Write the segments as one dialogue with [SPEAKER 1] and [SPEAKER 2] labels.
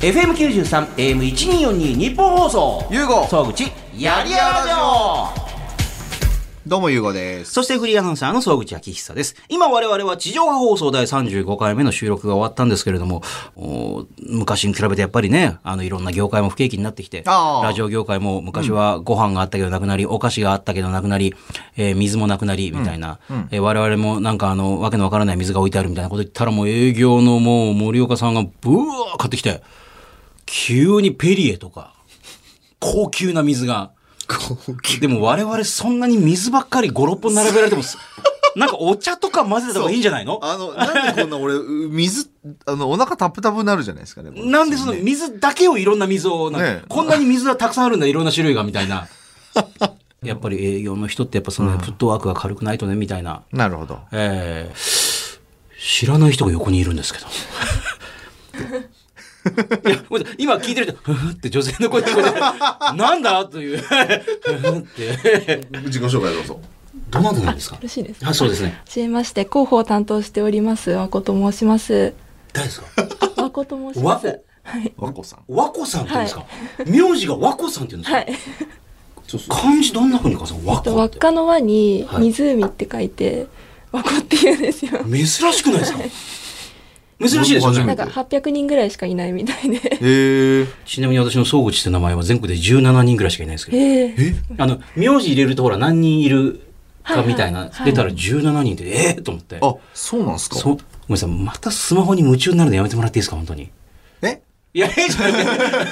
[SPEAKER 1] FM93、AM1242 日本放送。
[SPEAKER 2] ゆうご
[SPEAKER 1] 総口、やりやらじょう
[SPEAKER 2] どうもゆうごです。
[SPEAKER 1] そしてフリーアナウンサーの総口昭久です。今我々は地上波放送第35回目の収録が終わったんですけれども、おー昔に比べてやっぱりね、あのいろんな業界も不景気になってきて、
[SPEAKER 2] あー
[SPEAKER 1] ラジオ業界も昔はご飯があったけどなくなり、お菓子があったけどなくなり、えー水もなくなり、みたいな、えー我々もなんかあの、わけのわからない水が置いてあるみたいなこと言ったらもう営業のもう森岡さんがブワー買ってきて、急にペリエとか、高級な水が、でも我々そんなに水ばっかり5、6本並べられても す、なんかお茶とか混ぜた方がいいんじゃないの
[SPEAKER 2] あの、なんでこんな俺、う水、あの、お腹タプタプになるじゃないですかね。これ
[SPEAKER 1] なんでその水だけをいろんな水をなんか、
[SPEAKER 2] ねえ
[SPEAKER 1] こんなに水がたくさんあるんだ、いろんな種類が、みたい な。やっぱり営業の人ってやっぱそのフットワークが軽くないとね、みたいな。
[SPEAKER 2] なるほど。
[SPEAKER 1] えー知らない人が横にいるんです けど。いやごめんなさい今聞いてると、ふふって女性の声聞こえて、なんだという、ふふって。
[SPEAKER 2] 自己紹介どうぞ。
[SPEAKER 1] どなたなんですか
[SPEAKER 3] よろしいですか
[SPEAKER 1] あ、そうですね。
[SPEAKER 3] はじめまして、広報を担当しております、和子と申します。
[SPEAKER 1] 誰ですか
[SPEAKER 3] 和子と申しま
[SPEAKER 1] 和
[SPEAKER 3] す
[SPEAKER 1] 子。
[SPEAKER 3] はい。
[SPEAKER 2] 和子さん。
[SPEAKER 1] 和子さんって言うんですか、名字が和子さんって言うんですか、
[SPEAKER 3] はい。
[SPEAKER 1] 漢字どんな風に書くの和
[SPEAKER 3] と
[SPEAKER 1] 子
[SPEAKER 3] 輪っ
[SPEAKER 1] って
[SPEAKER 3] かの輪に
[SPEAKER 1] はい
[SPEAKER 3] 湖って書いて、和子って言うんですよ。
[SPEAKER 1] 珍しくない ですか珍しいですよ
[SPEAKER 2] 僕初め
[SPEAKER 3] なん
[SPEAKER 1] ね
[SPEAKER 2] て
[SPEAKER 3] か800人ぐらいしかいないみたいで。
[SPEAKER 2] へえ。
[SPEAKER 1] ちなみに私の総口って名前は全国で17人ぐらいしかいないんですけど
[SPEAKER 3] ええ
[SPEAKER 1] あの名字入れるとほら何人いるかみたいな、
[SPEAKER 3] はいはいはい
[SPEAKER 1] 出たら17人ってええと思って
[SPEAKER 2] あ、そうなんすか
[SPEAKER 1] そうごめんなさいまたスマホに夢中になるのやめてもらっていいですか本当に
[SPEAKER 2] え
[SPEAKER 1] いや、ええじゃん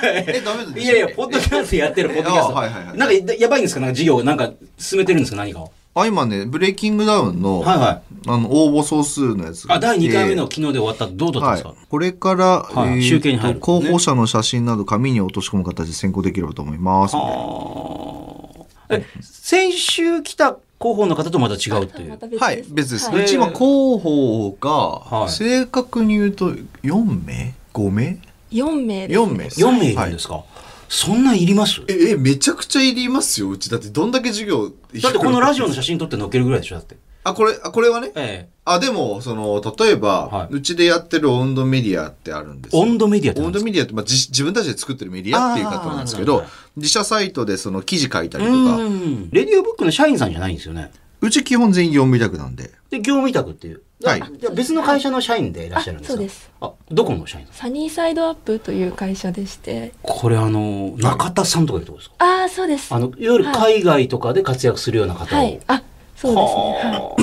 [SPEAKER 2] えダメでしょ
[SPEAKER 1] いやいや、ポッドキャストやってる、ポッドキャスト。
[SPEAKER 2] あはいはいはい
[SPEAKER 1] なんか、やばいんですかなんか事業、なんか、進めてるんですか何かを。
[SPEAKER 2] あ、今ね、ブレイキングダウンの、
[SPEAKER 1] はいはい。
[SPEAKER 2] あの、応募総数のやつが
[SPEAKER 1] あ、第2回目の
[SPEAKER 2] 来て。
[SPEAKER 1] 昨日で終わった、どうだったんで
[SPEAKER 2] は
[SPEAKER 1] す
[SPEAKER 2] い
[SPEAKER 1] か、、
[SPEAKER 2] これから、
[SPEAKER 1] はい
[SPEAKER 2] ー
[SPEAKER 1] 集計に入るんですね
[SPEAKER 2] 候補者の写真など紙に落とし込む形で選考できればと思います。
[SPEAKER 1] あーえ、先週来た候補の方とまた違うっていう
[SPEAKER 3] ま。た別です。
[SPEAKER 2] はい、別です。
[SPEAKER 3] は
[SPEAKER 2] う
[SPEAKER 3] い
[SPEAKER 2] ち今候補
[SPEAKER 1] は
[SPEAKER 2] が、
[SPEAKER 1] い
[SPEAKER 2] 正確に言うと4名 ?5 名
[SPEAKER 3] 4名です。
[SPEAKER 2] ?4 名です。
[SPEAKER 1] 4名いるんですか、そんないります
[SPEAKER 2] え、え、めちゃくちゃいりますよ、うち。だって、どんだけ授業。
[SPEAKER 1] だってこのラジオの写真撮って載っけるぐらいでしょだって。
[SPEAKER 2] あ、これ、あ、これはね。
[SPEAKER 1] え
[SPEAKER 2] あ、でも、その、例えば、
[SPEAKER 1] はいう
[SPEAKER 2] ちでやってる温度メディアってあるんです
[SPEAKER 1] え。
[SPEAKER 2] よ
[SPEAKER 1] 温度メディアって
[SPEAKER 2] 温
[SPEAKER 1] 何で
[SPEAKER 2] 度
[SPEAKER 1] すか
[SPEAKER 2] メディアって、まあ、自自分たちで作ってるメディアっていう方なんですけ
[SPEAKER 1] あー
[SPEAKER 2] ど
[SPEAKER 1] なるほ、
[SPEAKER 2] 自社サイトでその記事書いたり
[SPEAKER 1] う
[SPEAKER 2] とか、
[SPEAKER 1] ん。レディオブックの社員さんじゃないんですよね。
[SPEAKER 2] うち基本全員業務委 託なんで、
[SPEAKER 1] で、業務委託っていう。
[SPEAKER 2] はい
[SPEAKER 1] あじゃあ別の会社の社員でいらっしゃるんですか
[SPEAKER 3] あそうです。
[SPEAKER 1] あ、どこの社員ですか
[SPEAKER 3] サニーサイドアップという会社でして。
[SPEAKER 1] これあの、中田さんとかいうとこですか
[SPEAKER 3] ああ、そうです。
[SPEAKER 1] あの、いわゆる海外とかで活躍するような方を。
[SPEAKER 3] はい。あ、そうですね。はい
[SPEAKER 1] はあ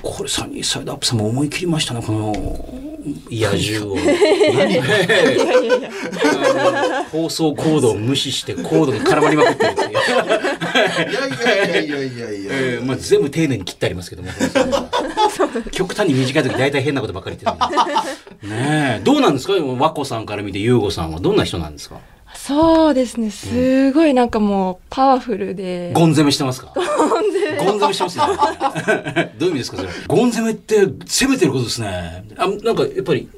[SPEAKER 1] これサニーサイドアップさんも思い切りましたねこの野獣をあの放送コードを無視してコードに絡まりまくってるっていう
[SPEAKER 2] いやいやいやいやいやい
[SPEAKER 1] えーまあ、全部丁寧に切ってありますけども 極端に短い時大体変なことばっかり言ってる んでねえどうなんですか和子さんから見て優吾さんはどんな人なんですか
[SPEAKER 3] そうですね。すごいなんかもうパワフルで。
[SPEAKER 1] ゴン攻めしてますかゴン攻めしてます ねどういう意味ですかそれゴン攻めって攻めてることですねあなんかやっぱり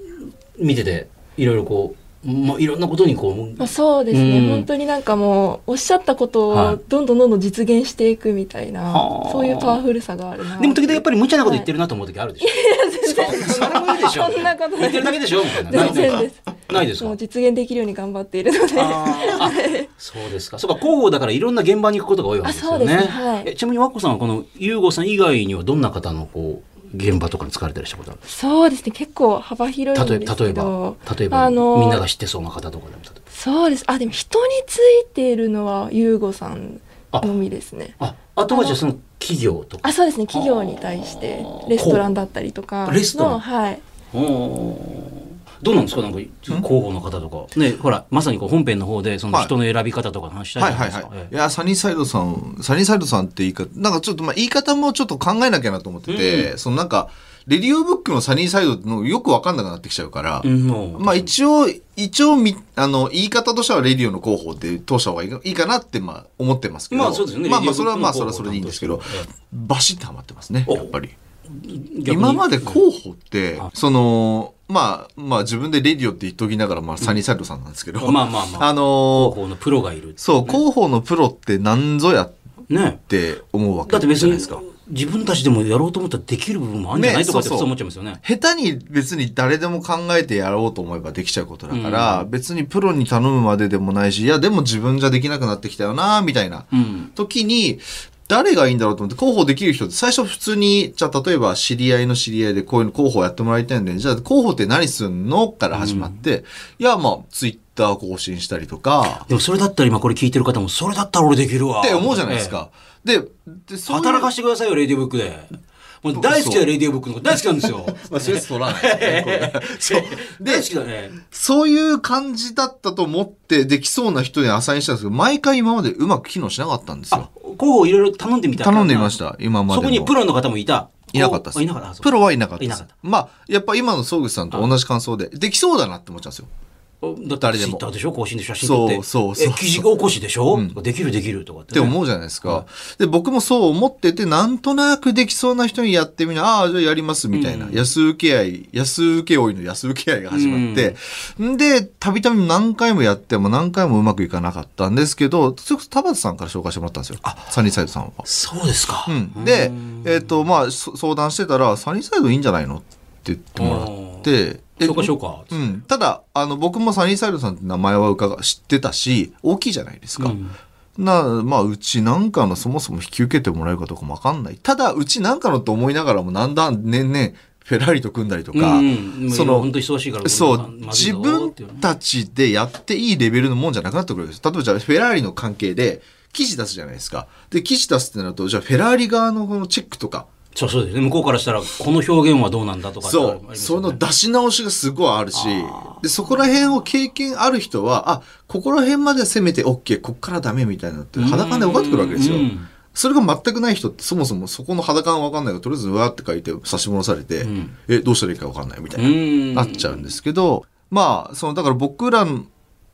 [SPEAKER 1] 見てていろいろこう、まあ、いろんなことにこう
[SPEAKER 3] まあ、そうですね、
[SPEAKER 1] うん
[SPEAKER 3] 本当になんかもうおっしゃったこと
[SPEAKER 1] はい
[SPEAKER 3] をどんどんどんどん実現していくみたいな、
[SPEAKER 1] はあ
[SPEAKER 3] そういうパワフルさがあるな
[SPEAKER 1] でも時々やっぱり無茶なこと言ってるなと思う時あ るでしょ、そそれもいいでしょ
[SPEAKER 3] そんなことない
[SPEAKER 1] 言ってるだけでしょみたいな
[SPEAKER 3] 全然です
[SPEAKER 1] ないです
[SPEAKER 3] も
[SPEAKER 1] か
[SPEAKER 3] う実現できるように頑張っているので
[SPEAKER 1] あ ーあそうですか。そうか、広報だからいろんな現場に行くことが多いわけですよね。
[SPEAKER 3] あそうですねはい
[SPEAKER 1] えちなみに、和子さんはこの、ゆうごさん以外にはどんな方の、こう、現場とかに使われたりしたことあるんです
[SPEAKER 3] そうですね結構幅広いん
[SPEAKER 1] か例え
[SPEAKER 3] です
[SPEAKER 1] 例え
[SPEAKER 3] け
[SPEAKER 1] ば
[SPEAKER 3] ど、
[SPEAKER 1] 例えば、
[SPEAKER 3] あの
[SPEAKER 1] みんなが知ってそうな方とかでも、例え
[SPEAKER 3] そうですあでも人についているのは優吾さんのみですね
[SPEAKER 1] ば。あ、あとはじゃあその企業とか
[SPEAKER 3] あ。そうですね企業に対してレストランだったりとか
[SPEAKER 1] ほうレストラン
[SPEAKER 3] のはい
[SPEAKER 1] おーどうなんですかなんか、広報の方とか。ね、ほら、まさにこう本編の方で、その
[SPEAKER 2] はい
[SPEAKER 1] 人の選び方とかの話した
[SPEAKER 2] はい
[SPEAKER 1] じゃな
[SPEAKER 2] はいい
[SPEAKER 1] ですか。
[SPEAKER 2] はい
[SPEAKER 1] え。
[SPEAKER 2] い
[SPEAKER 1] え
[SPEAKER 2] や、サニーサイドさん、サニーサイドさんって言い方、なんかちょっとまあ言い方もちょっと考えなきゃなと思ってて、そのなんか、レディオブックのサニーサイドのよくわかんなくなってきちゃうから、
[SPEAKER 1] うんもう
[SPEAKER 2] まあ一応、一応み、あの、言い方としてはレディオの広報って通した方がいいいいかなって、まあ思ってますけど。
[SPEAKER 1] まあそうですよね
[SPEAKER 2] まあ
[SPEAKER 1] レ
[SPEAKER 2] まあ
[SPEAKER 1] ディ
[SPEAKER 2] それ
[SPEAKER 1] オ
[SPEAKER 2] は
[SPEAKER 1] ブックの
[SPEAKER 2] まあそれはそれでいいんですけど
[SPEAKER 1] 広報、
[SPEAKER 2] バシッとハマってますね、
[SPEAKER 1] お
[SPEAKER 2] やっぱり。
[SPEAKER 1] 逆に
[SPEAKER 2] 今まで候補って
[SPEAKER 1] はい、
[SPEAKER 2] その、まあ、まあ自分でレディオって言っときながら、まあサニーサイドさんなんですけど、
[SPEAKER 1] まあまあまあ
[SPEAKER 2] あの
[SPEAKER 1] 広報のプロがいる。
[SPEAKER 2] そう、広報のプロって何ぞやっ
[SPEAKER 1] ね。
[SPEAKER 2] て思うわけ
[SPEAKER 1] だって別
[SPEAKER 2] じゃな
[SPEAKER 1] に
[SPEAKER 2] いですか。
[SPEAKER 1] 自分たちでもやろうと思ったらできる部分もあるんじゃない、
[SPEAKER 2] ね
[SPEAKER 1] とかって
[SPEAKER 2] そう
[SPEAKER 1] 普通
[SPEAKER 2] そう
[SPEAKER 1] 思っちゃいますよね。
[SPEAKER 2] 下手に別に誰でも考えてやろうと思えばできちゃうことだから、別にプロに頼むまででもないし、いや、でも自分じゃできなくなってきたよな、みたいな
[SPEAKER 1] うん。
[SPEAKER 2] 時に、誰がいいんだろうと思って、候補できる人って最初普通に、じゃあ例えば知り合いの知り合いでこういうの候補やってもらいたいんで、じゃあ候補って何すんのから始まって、いや、まあ、ツイッター更新したりとか、
[SPEAKER 1] でもそれだったら今これ聞いてる方も、それだったら俺できるわ。
[SPEAKER 2] って思うじゃないです。か。で、で、そういう
[SPEAKER 1] 働かしてくださいよ、レディオブックで。もう大好きだよ、レディオブックのこと大好きなんです よ。
[SPEAKER 2] まあ、それ取らないですね。これ そう。
[SPEAKER 1] 大好きだね。
[SPEAKER 2] そういう感じだったと思ってできそうな人にアサインしたんですけど、毎回今までうまく機能しなかったんですよ。
[SPEAKER 1] 候補いろいろ頼んでみた。
[SPEAKER 2] 頼んでみましたた、今まで
[SPEAKER 1] そ
[SPEAKER 2] も。
[SPEAKER 1] こにプロの方もいた。
[SPEAKER 2] いなかったで
[SPEAKER 1] あ
[SPEAKER 2] す。
[SPEAKER 1] いなかったあそう
[SPEAKER 2] プロはいなかったで
[SPEAKER 1] いなか
[SPEAKER 2] す
[SPEAKER 1] った。
[SPEAKER 2] まあ、やっぱ今の総口さんと同じ感想で、できそうだなって思っちゃうんですよ。
[SPEAKER 1] だって
[SPEAKER 2] 誰でも
[SPEAKER 1] ツイッターでしょ更新で写真撮って。
[SPEAKER 2] そうそうそ
[SPEAKER 1] え
[SPEAKER 2] う
[SPEAKER 1] 記事起こしでしょ、
[SPEAKER 2] うん
[SPEAKER 1] とかできるできるとかっ、
[SPEAKER 2] ってて
[SPEAKER 1] ね。
[SPEAKER 2] 思うじゃないですか。で、僕もそう思ってて、なんとなくできそうな人にやってみな、ああ、じゃあやります、みたいな。
[SPEAKER 1] うん
[SPEAKER 2] 安請け合い、安請け負いの安請け合いが始まって、ん、で、たびたび何回もやっても何回もうまくいかなかったんですけど、それこそ田畑さんから紹介してもらったんですよ。サニーサイドさんは。
[SPEAKER 1] そうですか。
[SPEAKER 2] うん、で
[SPEAKER 1] うーん、
[SPEAKER 2] えっ、と、まあ、そ相談してたら、サニーサイドいいんじゃないのって言ってもらって、え
[SPEAKER 1] そうかそうか。
[SPEAKER 2] うん、ただあの僕もサニーサイドさんって名前は伺知ってたし大きいじゃないです
[SPEAKER 1] う
[SPEAKER 2] か、
[SPEAKER 1] ん
[SPEAKER 2] なまあうちなんかのそもそも引き受けてもらえるかどうかもわかんないただうちなんかのと思いながらもだんだん年々フェラーリと組んだりとか、
[SPEAKER 1] うんうん
[SPEAKER 2] そ
[SPEAKER 1] もう
[SPEAKER 2] の
[SPEAKER 1] 本当に忙しいから
[SPEAKER 2] そう
[SPEAKER 1] まずい
[SPEAKER 2] 自
[SPEAKER 1] ぞ
[SPEAKER 2] 分
[SPEAKER 1] っていうね
[SPEAKER 2] たちでやっていいレベルのもんじゃなくなってくるわけです例えばじゃあフェラーリの関係で記事出すじゃないですかで記事出すってなるとじゃあフェラーリ側のこのチェックとか
[SPEAKER 1] そうそうですね。向こうからしたら、この表現はどうなんだとかってあり
[SPEAKER 2] そう、
[SPEAKER 1] ますよ
[SPEAKER 2] そ
[SPEAKER 1] ね
[SPEAKER 2] の出し直しがすごいあるしでそこら辺を経験ある人はあここら辺まで攻めて OK こっからダメみたいなって裸で分かってくるわけですよ
[SPEAKER 1] うん
[SPEAKER 2] それが全くない人ってそもそもそこの裸が分かんないからとりあえずうわーって書いて差し戻されて、
[SPEAKER 1] ん
[SPEAKER 2] えどうしたらいいか分かんないみたいな、
[SPEAKER 1] うん
[SPEAKER 2] なっちゃうんですけどまあそのだから僕ら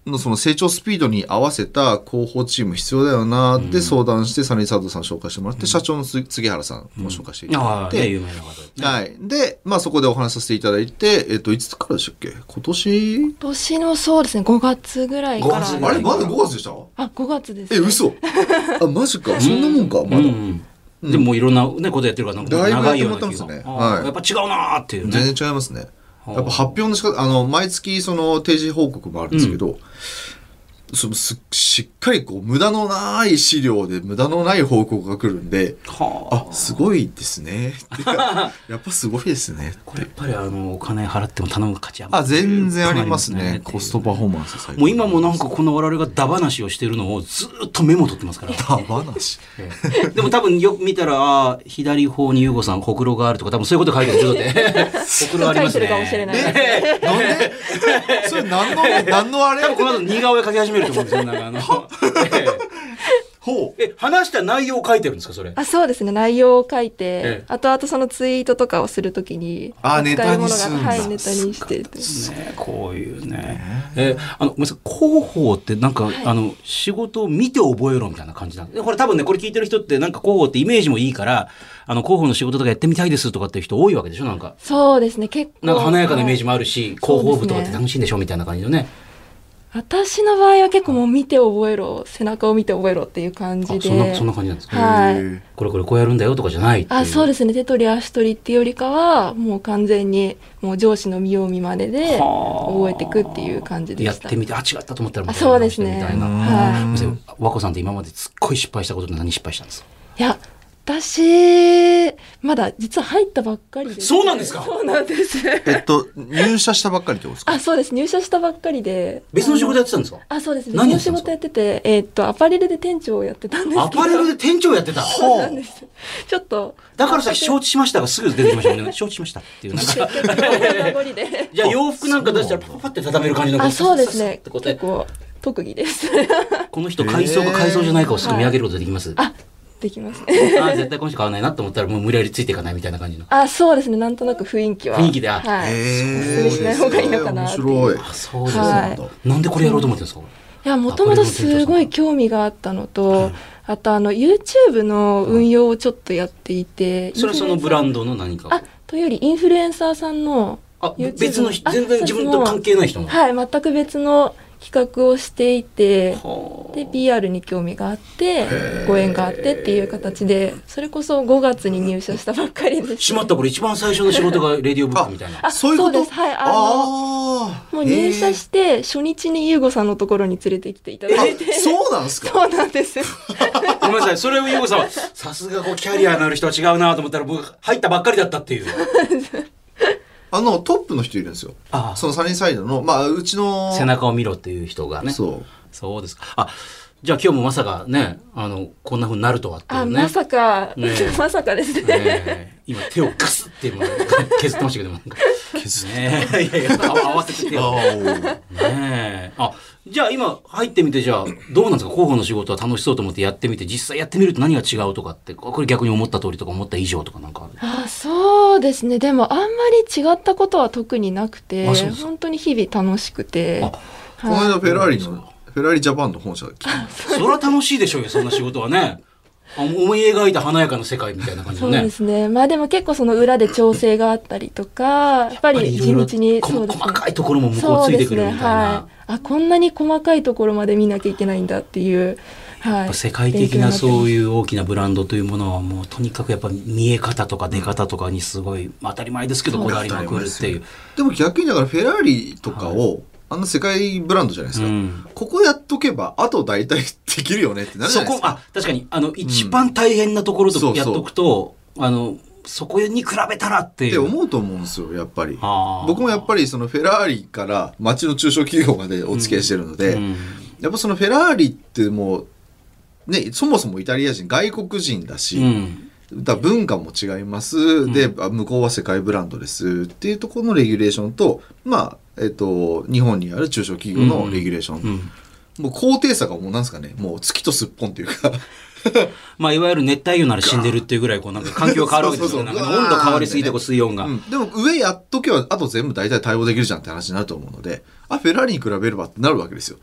[SPEAKER 2] のその成長スピードに合わせた広報チーム必要だよなって相談してサニーサードさん紹介してもらって、社長の杉杉原さんも紹介していただ
[SPEAKER 1] あ
[SPEAKER 2] い
[SPEAKER 1] あ、
[SPEAKER 2] て、
[SPEAKER 1] ね、有名な方ですね。
[SPEAKER 2] はい。で、まあそこでお話しさせていただいて、えっと、いつからでしたっけ今年
[SPEAKER 3] 今年のそうですね5月ぐらいから
[SPEAKER 1] 5月
[SPEAKER 2] あれまだ5月でした
[SPEAKER 3] あ5月です、
[SPEAKER 2] え、
[SPEAKER 3] ね、
[SPEAKER 2] 嘘あ、マジか。そんなもんか、まだ。
[SPEAKER 1] うんうんでももういろんな、ね、ことやってるからなんか
[SPEAKER 2] だいぶ
[SPEAKER 1] 長いような
[SPEAKER 2] やってもらっ
[SPEAKER 1] 気
[SPEAKER 2] た
[SPEAKER 1] が
[SPEAKER 2] んですね
[SPEAKER 1] ああ
[SPEAKER 2] はい
[SPEAKER 1] やっぱ違うなーっていうね
[SPEAKER 2] 全然違いますね。やっぱ発表の仕方、あの、毎月その定時報告もあるんですけど、そのすしっかりこう、無駄のない資料で無駄のない報告が来るんで、
[SPEAKER 1] はあ
[SPEAKER 2] あ、すごいですね。っ てかやっぱすごいですね。
[SPEAKER 1] これやっぱりあのお金払っても頼む価値ある
[SPEAKER 2] あ、全然あります
[SPEAKER 1] かなり
[SPEAKER 2] ね。
[SPEAKER 1] っていう
[SPEAKER 2] コストパフォーマンス最高
[SPEAKER 1] もう今もなんかこの我々がダ話をしてるのをずーっとメモ取って ますから
[SPEAKER 2] あ話。
[SPEAKER 1] ええでも多分よく見たらあー左方に優子さんほくろがあるとか多分そういうこと書いてるちょっとね ほくろあります
[SPEAKER 3] 書いて
[SPEAKER 1] ね
[SPEAKER 3] るかもしれない
[SPEAKER 1] ね
[SPEAKER 2] なんで それ何の、何のあれ
[SPEAKER 1] 多分この後似顔絵描き始めると思うんですよなんかあの え
[SPEAKER 2] ほ
[SPEAKER 1] ええ話した内容を書いてるんですかそれ
[SPEAKER 3] あそうですね内容を書いて、
[SPEAKER 1] ええ
[SPEAKER 3] あとあとそのツイートとかをするときに
[SPEAKER 2] あ
[SPEAKER 3] 使い
[SPEAKER 2] ネタに
[SPEAKER 3] 物が
[SPEAKER 2] するんだ
[SPEAKER 3] はいネタにしてて
[SPEAKER 1] ね、こういうね。えーあの、ごめんなさい、広報ってなんか、あの、仕事を見て覚えろみたいな感じなんで、これ多分ね、これ聞いてる人ってなんか広報ってイメージもいいから、あの、広報の仕事とかやってみたいですとかっていう人多いわけでしょなんか。
[SPEAKER 3] そうですね結構
[SPEAKER 1] なんか華やかなイメージ
[SPEAKER 3] も
[SPEAKER 1] もあるし、
[SPEAKER 3] そう
[SPEAKER 1] 広報部
[SPEAKER 3] ですね
[SPEAKER 1] とかって楽しいんでしょみたいな感じのね。
[SPEAKER 3] 私の場合は結構もう見て覚えろ背中を見て覚えろっていう感
[SPEAKER 1] あ
[SPEAKER 3] じで
[SPEAKER 1] そんな、そんな感じなんですか、
[SPEAKER 3] はい
[SPEAKER 2] へ
[SPEAKER 1] これこれこうやるんだよとかじゃないっていう。
[SPEAKER 3] あそうですね手取り足取りっていうよりかはもう完全にもう上司の見よう見まねで
[SPEAKER 1] はあ
[SPEAKER 3] 覚えていくっていう感じで
[SPEAKER 1] やっ
[SPEAKER 3] した
[SPEAKER 1] てみて、あ、違ったと思ったらまた
[SPEAKER 3] あそうですね
[SPEAKER 1] やり直してみたいな。
[SPEAKER 3] はい
[SPEAKER 1] ごめんなさい和子さんって今まですっごい失敗したことって何失敗したんですか
[SPEAKER 3] いや私まだ実は入ったばっかりで
[SPEAKER 1] そうなんですか
[SPEAKER 3] そうなんです
[SPEAKER 2] えっと、入社したばっかりってことですか
[SPEAKER 3] あそうです入社したばっかりで
[SPEAKER 1] 別の仕事やってたんですか
[SPEAKER 3] あそうです別
[SPEAKER 1] 何や
[SPEAKER 3] の
[SPEAKER 1] ってた
[SPEAKER 3] 仕
[SPEAKER 1] んですか
[SPEAKER 3] 事やっててえーっとアパレルで店長をやってたんですけど
[SPEAKER 1] アパレルで店長やってた。
[SPEAKER 3] そうなんですちょっと
[SPEAKER 1] だからさ、承知しましたがすぐ出てきましたもんね。承知しましたっていう。なんか、
[SPEAKER 3] 結構名残で
[SPEAKER 1] じゃあ洋服 なんか出したらパパパって畳める感じの。
[SPEAKER 3] あそうですね
[SPEAKER 1] こうや
[SPEAKER 3] 結
[SPEAKER 1] ってこうやっ
[SPEAKER 3] 構特技です
[SPEAKER 1] てこの人、改装が改装じゃないかをすぐ見上げることができます。あ
[SPEAKER 3] あできますね
[SPEAKER 1] あ、絶対この人買わないなと思ったら、もう無理やりついていかないみたいな感じの。
[SPEAKER 3] あそうですねなんとなく雰囲気は
[SPEAKER 1] 雰囲気であ
[SPEAKER 3] はい、
[SPEAKER 2] へ
[SPEAKER 3] おすすめしない方がいいのかな
[SPEAKER 2] 面
[SPEAKER 3] っていう
[SPEAKER 2] 白い。
[SPEAKER 1] あ、そうです
[SPEAKER 3] は
[SPEAKER 1] ね
[SPEAKER 3] い。
[SPEAKER 1] なんでこれやろうと思ってるんですか
[SPEAKER 3] いやもともとすごい興味があったのとあとあの YouTube の運用をちょっとやっていて、
[SPEAKER 1] それはそのブラ
[SPEAKER 3] ン
[SPEAKER 1] ンドの何か
[SPEAKER 3] あというよりインフルエンサーさんの
[SPEAKER 1] あ、
[SPEAKER 3] YouTube
[SPEAKER 1] 別の人、
[SPEAKER 3] あ
[SPEAKER 1] 全然自分と関係ない人の。
[SPEAKER 3] はい全く別の企画をしていて
[SPEAKER 1] はあ
[SPEAKER 3] で PR に興味があってご縁があってっていう形でそれこそ5月に入社したばっかりです
[SPEAKER 1] しまったこれ一番最初の仕事がレディオブックみたいな。
[SPEAKER 3] あ
[SPEAKER 2] そういうこと
[SPEAKER 3] そうですはいあの
[SPEAKER 2] あー
[SPEAKER 3] もう入社して初日に優吾さんのところに連れてきていただいて
[SPEAKER 2] えそうなんですか
[SPEAKER 3] そうなんです
[SPEAKER 1] ごめんなさい、それを優子さんは、さすがこうキャリアのある人は違うなと思ったら、僕入ったばっかりだったっていう。
[SPEAKER 2] あのトップの人いるんですよ
[SPEAKER 1] ああ
[SPEAKER 2] そのサニーサイドのまあうちの
[SPEAKER 1] 背中を見ろっていう人がね。そう
[SPEAKER 2] そう
[SPEAKER 1] ですか。あ、じゃあ今日もまさかね、あの、こんな風になるとはってい
[SPEAKER 3] あ
[SPEAKER 1] うね。
[SPEAKER 3] まさか、
[SPEAKER 1] ねえ
[SPEAKER 3] まさかですね
[SPEAKER 1] ええ今手をガスってもう削ってましたけ ども。削って。ねえいやいや、合わ合わせて手を。ね
[SPEAKER 2] あ
[SPEAKER 1] え。あ、じゃあ今入ってみて、じゃあどうなんですか候補の仕事は楽しそうと思ってやってみて、実際やってみると何が違うとかって、これ逆に思った通りとか思った以上とかなんかある。
[SPEAKER 3] あそうですねでもあんまり違ったことは特になくて
[SPEAKER 1] あそうですか
[SPEAKER 3] 本当に日々楽しくて
[SPEAKER 1] あ
[SPEAKER 2] この間フェラーリのフェラーリジャパンの本社が来て
[SPEAKER 1] そりゃ楽しいでしょうよ、そんな仕事はね。あ思い描いた華やかな世界みたいな感じ
[SPEAKER 3] そ
[SPEAKER 1] の
[SPEAKER 3] う
[SPEAKER 1] ね。
[SPEAKER 3] ですねまあでも結構その裏で調整があったりとかやっぱり地
[SPEAKER 1] やっぱ
[SPEAKER 3] 道に
[SPEAKER 1] こ
[SPEAKER 3] そうです
[SPEAKER 1] 細
[SPEAKER 3] ね
[SPEAKER 1] かいところも向こうついてくるみたいな。
[SPEAKER 3] そうですねはい、あこんなに細かいところまで見なきゃいけないんだっていう、は
[SPEAKER 1] やっぱ
[SPEAKER 3] い、
[SPEAKER 1] 世界的なそう
[SPEAKER 3] う
[SPEAKER 1] いう大きなブランドというものはもうとにかくやっぱ見え方とか出方とかにすごいまあ当たり前ですけどこだわりまくるっていう。
[SPEAKER 2] でも逆にだからフェラーリとかを、あの世界ブランドじゃないですか、
[SPEAKER 1] うん
[SPEAKER 2] ここやっとけばあと大体できるよねってなるじゃ
[SPEAKER 1] そ
[SPEAKER 2] ないで
[SPEAKER 1] こ
[SPEAKER 2] すか
[SPEAKER 1] あ確かにあの一番大変なところ
[SPEAKER 2] そ
[SPEAKER 1] と
[SPEAKER 2] うそ
[SPEAKER 1] や
[SPEAKER 2] う
[SPEAKER 1] っとくと、あのそこに比べたらって
[SPEAKER 2] っ
[SPEAKER 1] い
[SPEAKER 2] て
[SPEAKER 1] う。
[SPEAKER 2] 思うと思うんですよやっぱり
[SPEAKER 1] あー
[SPEAKER 2] 僕もやっぱりそのフェラーリから街の中小企業までお付き合いしてるので、
[SPEAKER 1] うん
[SPEAKER 2] やっぱそのフェラーリってもうねそもそもイタリア人外国人だし、
[SPEAKER 1] うん
[SPEAKER 2] だから文化も違います、であ向こうは世界ブランドですっていうところのレギュレーションとまあえっと日本にある中小企業のレギュレーション、
[SPEAKER 1] うん
[SPEAKER 2] もう高低差がもうなんですかねもう月とすっぽんっていうか
[SPEAKER 1] まあ、いわゆる熱帯魚なら死んでるっていうぐらいこうなんか環境が変わるわけですよね。
[SPEAKER 2] そうそうそう
[SPEAKER 1] なんかね温度変わりすぎてこう水温が。
[SPEAKER 2] うんでも上やっとけばあと全部大体対応できるじゃんって話になると思うのであフェラーリに比べればってなるわけですよ